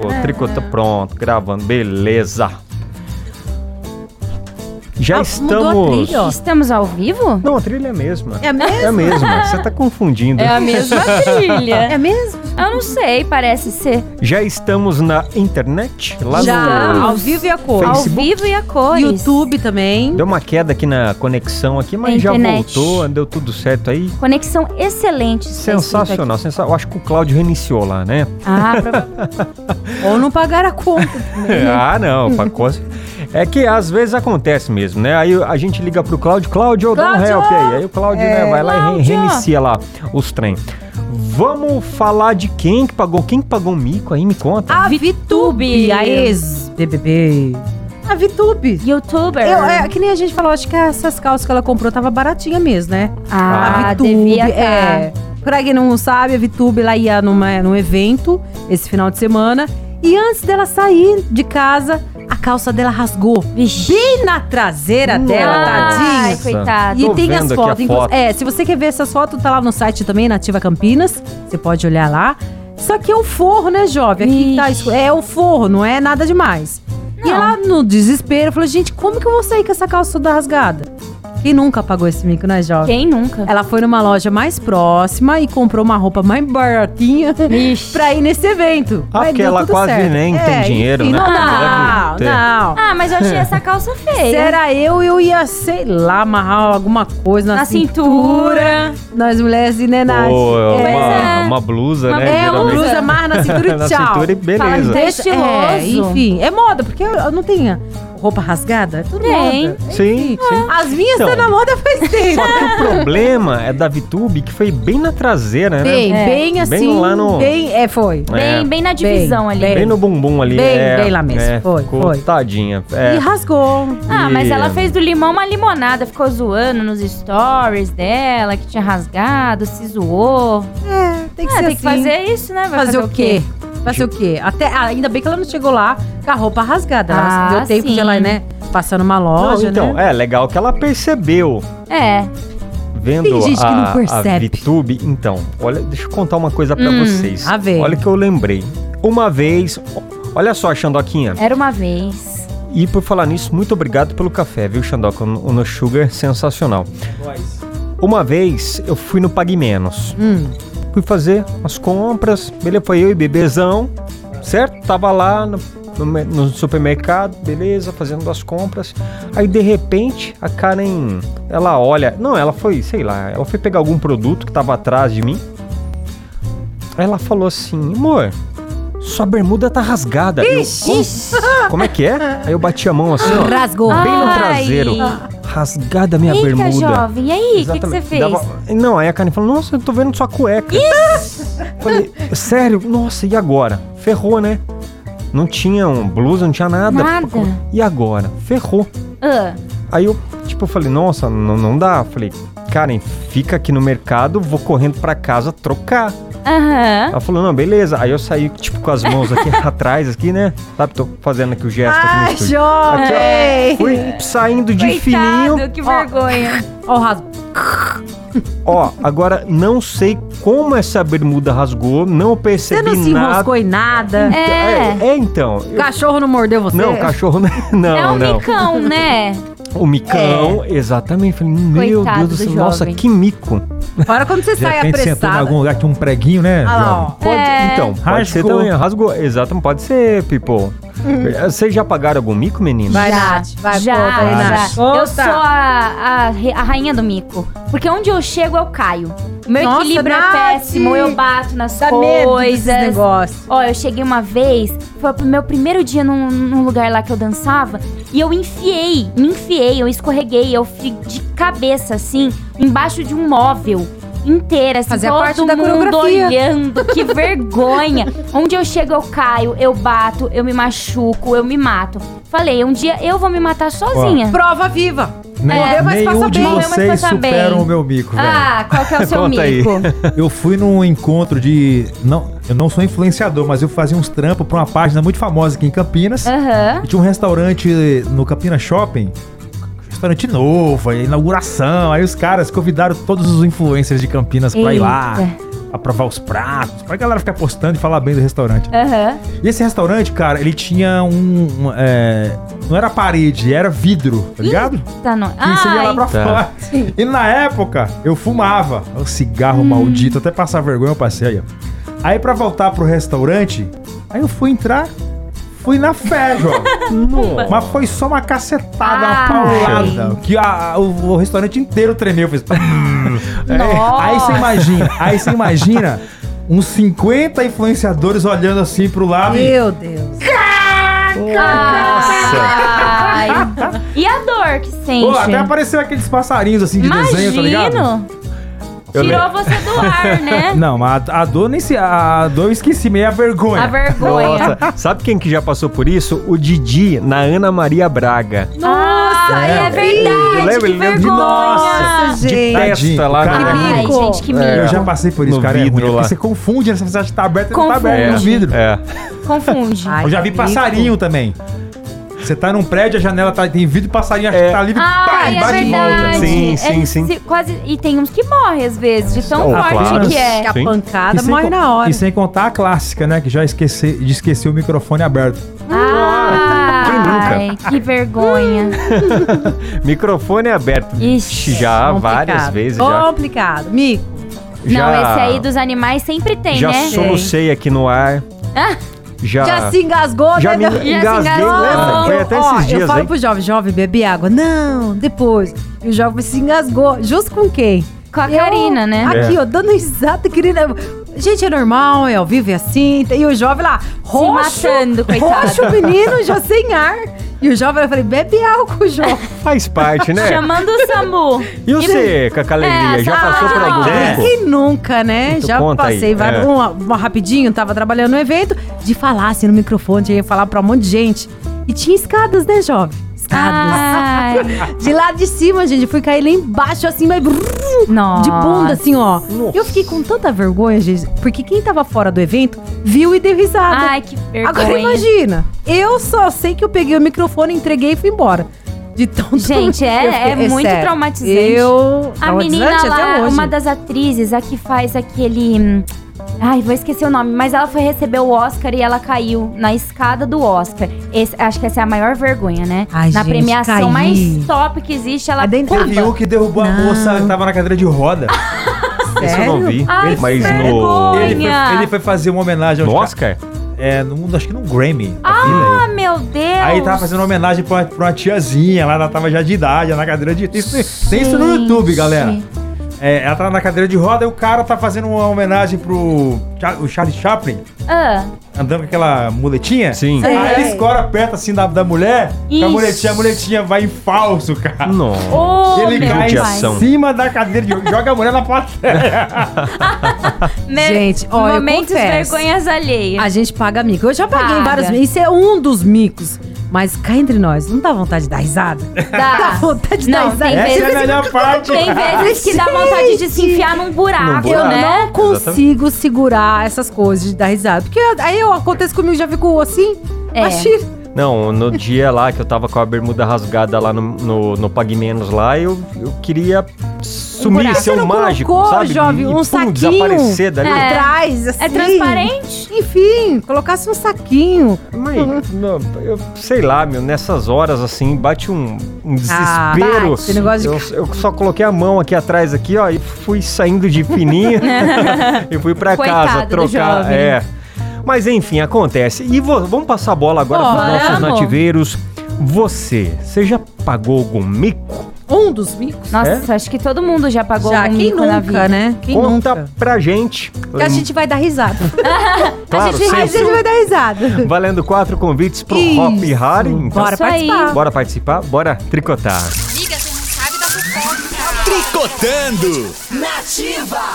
Pô, É. tricota pronto, gravando, beleza. Já Ah, mudou a estamos. trilha, ó. Estamos ao vivo? Não, a trilha é a mesma. É mesmo? É a mesma. Você tá confundindo. É a mesma trilha. É mesmo? Eu não sei, parece ser. Já estamos na internet? Lá Já, no. ao vivo e a cor. Face- Ao Facebook? vivo e a cores. YouTube também. Deu uma queda aqui na conexão aqui, mas Na já internet. voltou, deu tudo certo aí. Conexão excelente. está escrito Sensacional, sensacional. Eu acho que o Cláudio reiniciou lá, né? aqui. Ah, prova- Ou não pagaram a conta. ah, não, pacote. É que às vezes acontece mesmo, né? Aí a gente liga pro Cláudio, Cláudio, dá um Cláudio! é, help aí. Aí o Cláudio né, vai lá e re- Cláudio! reinicia lá os trem. Vamos falar de quem que pagou, quem que pagou o mico aí, me conta. A VTube, a ex-BBB. A VTube. Youtuber. Eu, é, que nem a gente falou, acho que essas calças que ela comprou tava baratinha mesmo, né? a Ah, Vitube, devia estar. é. Pra quem não sabe, a Vitube lá ia numa, num evento esse final de semana. E antes dela sair de casa, a calça dela rasgou. Vixe. Bem na traseira dela, tadinha. Ai, coitada. E Tô tem vendo as aqui fotos. a inclu- foto. É, se você quer ver essas fotos, tá lá no site também, Nativa Campinas. Você pode olhar lá. Isso aqui é o forro, né, jovem? Aqui Ixi. tá esco- É o forro, não é nada demais. E Não. ela, no desespero, falou: gente, como que eu vou sair com essa calça toda rasgada? Quem nunca pagou esse mico, né, jovem? Quem nunca? Ela foi numa loja mais próxima e comprou uma roupa mais baratinha Vixe. pra ir nesse evento. Ah, Mas porque deu ela tudo quase certo. É, nem tem dinheiro, né? Não, Deve ter. não, não. Ah, mas eu achei essa calça Se feia. era eu, eu ia, sei lá, amarrar alguma coisa na, Na cintura. cintura. Nós mulheres, né, Nath? Pô, é é, uma, é. uma blusa, Uma né? é uma geralmente. blusa, amarra na cintura e Na tchau. cintura e beleza. Tá Estiloso. É, estiloso. enfim, é moda, porque eu, eu não tenho roupa rasgada. É tudo Tem. moda. Sim, sim. As minhas Então. estão na moda faz tempo. O problema é da Vitube que foi bem na traseira, né? bem, É. bem assim. Bem lá no- Bem, é, foi. É. Bem, bem na divisão ali. bem. Bem no bumbum ali. Bem, é, bem lá mesmo. é, Foi, foi. Coitadinha. É. E rasgou. Ah, mas E- ela fez do limão uma limonada, ficou zoando nos stories dela, que tinha rasgado, se zoou. É, tem que ah, ser tem assim. que fazer isso, né? Vai Fazer o quê? Fazer o quê? Até, ah, ainda bem que ela não chegou lá com a roupa rasgada. Ela Ah, deu tempo de sim. ela, né? Passando uma Não, loja, então, né? é legal que ela percebeu. É. Vendo Tem gente que a, não percebe. a VTube, então, olha, deixa eu contar uma coisa pra Hum, vocês. lá vem. Olha que eu lembrei. Uma vez, olha só, Xandoquinha. É. Era uma vez. E por falar nisso, muito obrigado pelo café, viu, Xandoca? O No Sugar, sensacional. Uma vez eu fui no Pague Menos. Hum. Fui fazer as compras, beleza? Foi eu e Bebezão, certo? Tava lá no, no me- no supermercado, beleza, fazendo as compras. Aí de repente a Karen, ela olha. Não, ela foi, sei lá, ela foi pegar algum produto que tava atrás de mim. Aí ela falou assim: amor, sua bermuda tá rasgada. Eu, "Como- como é que é? Aí eu bati a mão assim, ó. Rasgou. Ah, Bem no Ai. traseiro. Rasgada a minha Eita, bermuda. jovem, e aí, o que, que você Exatamente. fez? Dava- Não, aí a Karen falou, nossa, eu tô vendo sua cueca. Falei, sério? Nossa, e agora? Ferrou, né? Não tinha um blusa, não tinha nada. Nada. E agora? Ferrou. Ah, Aí eu, tipo, eu falei, nossa, não, não dá. Falei, Karen, fica aqui no mercado, vou correndo pra casa trocar. Aham. Ela falou, não, beleza. Aí eu saí, tipo, com as mãos aqui atrás, aqui, né? Sabe, tô fazendo aqui o gesto aqui no Ai, estúdio. jovem! Fui saindo de Coitado, fininho. que Ó. vergonha. Ó, o rasgo. Ó, agora não sei como essa bermuda rasgou, não Você percebi não se nada. enroscou em nada. É. É, é, então. eu- Cachorro não mordeu você? Não, cachorro não. Não, É um não. micão, né? O micão, exatamente. Falei, meu Coitado Deus do do céu, nossa, jovem. que mico. Para quando você De sai repente sentou em apressada. algum lugar que tinha um preguinho, né? Ah, lá, jovem? ó. Pode- É. Então, pode ser Rasgou. também, rasgou. Exato, pode ser, Pipo. Vocês já pagaram algum mico, menino? Vai, Já, Nath. Vai, já, conta aí, já. Nath. Eu Conta. sou a, a re- a rainha do mico. Porque onde eu chego, eu caio. O meu Nossa, equilíbrio Nath! é péssimo, eu bato nas Dá medo desses coisas. negócios. Ó, eu cheguei uma vez, foi pro meu primeiro dia num, num lugar lá que eu dançava, e eu enfiei, me enfiei, eu escorreguei, eu fui de cabeça, assim, embaixo de um móvel inteira, assim, Fazia todo parte da mundo coreografia. olhando, que vergonha. Onde eu chego, eu caio, eu bato, eu me machuco, eu me mato. Falei, um dia eu vou me matar sozinha. Prova viva. Nem- É, mas passa nenhum de bem, mas vocês passa bem. superam o meu mico, velho. Ah, qual que é o seu Conta aí. mico? Eu fui num encontro de. Não, eu não sou influenciador, mas eu fazia uns trampos pra uma página muito famosa aqui em Campinas. Ah. Aham. E tinha um restaurante no Campina Shopping. Restaurante novo, aí inauguração. Aí os caras convidaram todos os influencers de Campinas pra ir lá. Eita. a provar os pratos, pra galera ficar postando e falar bem do restaurante. Aham. E esse restaurante, cara, ele tinha um. um, é, não era parede, era vidro, tá ligado? Tá no... E você ia lá pra Tá. fora. E na época, eu fumava. O Hum. cigarro maldito, até passar vergonha eu passei aí, ó. Aí pra voltar pro restaurante, aí eu fui entrar, fui na fé, João. Nossa. Mas foi só uma cacetada, uma Ai. paulada. Que a- o, o restaurante inteiro tremeu. Fez... Nossa. É, Aí você imagina, aí você imagina uns 50 influenciadores olhando assim pro lado. e- Meu Deus. Ai. E a dor que sente? Pô, até apareceu aqueles passarinhos assim de desenho, tá ligado? Imagino. Eu Tirou você do ar, né? Não, mas a, a dor nem se. A dor eu esqueci, meio a vergonha. A vergonha. Nossa, sabe quem que já passou por isso? O Didi, na Ana Maria Braga. Nossa, Ai, é, é. verdade. Lembra? que Ele lembra de vergonha. nossa. gente. De testa lá. Tadinho, né? Ai, Bico. gente, que Eu medo. já passei por isso, No cara. É ruim, vidro lá. porque você confunde, né? Você acha que tá aberto, não tá Confunde. É. aberto no vidro. É. Confunde. Ai, Eu já vi que passarinho também. Você tá num prédio, a janela tá, tem vidro, passarinho acha É. que tá livre. Ai, é bate e volta. verdade. Sim, É, sim, sim. se- Quase, e tem uns que morrem, às vezes, de tão Oh, forte claro. que é. Que a Sim. pancada E sem morre con- na hora. E sem contar a clássica, né? Que já esqueci, de esquecer o microfone aberto. Ai, que vergonha. Microfone aberto. Ixi, é já ah, várias Complicado. vezes. Já, Complicado. Mico. já, Não, esse aí dos animais sempre tem, Já né? solucei aqui no ar. Ah. Já. Já se engasgou, né, já me bebeu. engasguei, Já se engasgou. lembra? Foi até Ó, esses Eu dias, falo hein? pro jovem, jovem, bebe água. Não, depois. E o jovem se engasgou. Justo com quem? Com a Eu- Karina, né? Aqui, É. ó, dando risada, querida. Gente, é normal, é ao vivo, é assim. E o jovem lá, roxo, matando, coitado. roxo, o menino, já sem ar. E o jovem, eu falei, bebe álcool, jovem. Faz parte, né? Chamando o Samu. E você, Cacá Alegria, É, já sabe? passou por algum Ah, tempo? Quem nunca, né? Então já conta aí, passei várias- é. uma, uma rapidinho, tava trabalhando no evento, de falar assim no microfone, tinha que falar pra um monte de gente. E tinha escadas, né, jovem? Ah, Escadas. Ai, De lá de cima, gente, eu fui cair lá embaixo, assim, mas... brrr, nossa. De bunda, assim, ó. Eu fiquei com tanta vergonha, gente, porque quem tava fora do evento viu e deu risada. Ai, que vergonha. Agora imagina, eu só sei que eu peguei o microfone, entreguei e fui embora. De tão Gente, é- Eu é muito traumatizante. Eu. A menina traumatizante até lá, hoje. uma das atrizes, a que faz aquele. hum, Ai, vou esquecer o nome, mas ela foi receber o Oscar e ela caiu na escada do Oscar. Esse- acho que essa é a maior vergonha, né? Ai, na gente, caí. premiação mais top que existe, ela. É dentro da Teve um que derrubou a Não. moça que tava na cadeira de roda. Esse eu não vi. É, Ai, que mas vergonha. no. Ele foi, ele foi fazer uma homenagem No aos ca- Oscar? É, no mundo, acho que num Grammy. da vida aí. Ah, meu Deus! Aí tava fazendo uma homenagem pra, pra uma tiazinha, lá ela tava já de idade, na cadeira de. Isso, tem isso no YouTube, galera. É, ela tava na cadeira de roda e o cara tá fazendo uma homenagem pro Cha- o Charlie Chaplin, Ah, andando com aquela muletinha. Sim. É. Aí ele escora perto assim da, da mulher, com a Ixi. muletinha, a muletinha vai em falso, cara. Nossa. oh, Ele meu cai judiação. em cima da cadeira de roda, joga a mulher na plateia. pai. Me- Gente, ó, eu Momentos confesso. vergonhas alheias. A gente paga mico. Eu já paguei Paga. vários micos. Isso é um dos micos. Mas cá entre nós, não dá vontade de dar risada? Dá. vontade de Ah. Não, dar risada. tem Essa é a vezes- melhor parte. tá? Tem vezes que dá vontade de se Gente. enfiar num Num buraco, Eu buraco. né? não consigo segurar essas coisas de dar risada. Porque aí eu, acontece comigo, já fico assim, É. achei. Não, no dia lá que eu tava com a bermuda rasgada lá no, no, no Pague Menos lá, eu, eu queria sumir, buraco. ser Você um não mágico, colocou, sabe? jovem, um pum, saquinho desaparecer dali. É. atrás, assim. É transparente? Enfim, colocasse um saquinho. Mãe, Uhum. não, eu sei lá, meu, nessas horas assim, bate um, um Ah, desespero. bate, esse negócio eu, eu só coloquei a mão aqui atrás aqui, ó, e fui saindo de fininho e fui pra Coitado casa do trocar, jovem. é. Mas enfim, acontece. E vo- vamos passar a bola agora para Bora, pros nossos amor. nativeiros. Você, você já pagou algum mico? Um dos micos. Nossa, acho que todo mundo já pagou Já, um quem mico na nunca, vida. né? Quem Conta nunca? pra gente. Que a gente vai dar risada. claro, gente- a sempre. gente vai dar risada. Valendo quatro convites pro Isso. Hop Harry. Então, Bora Isso aí. participar. bora participar, bora tricotar. Amiga, você não sabe da fofoca. Tricotando.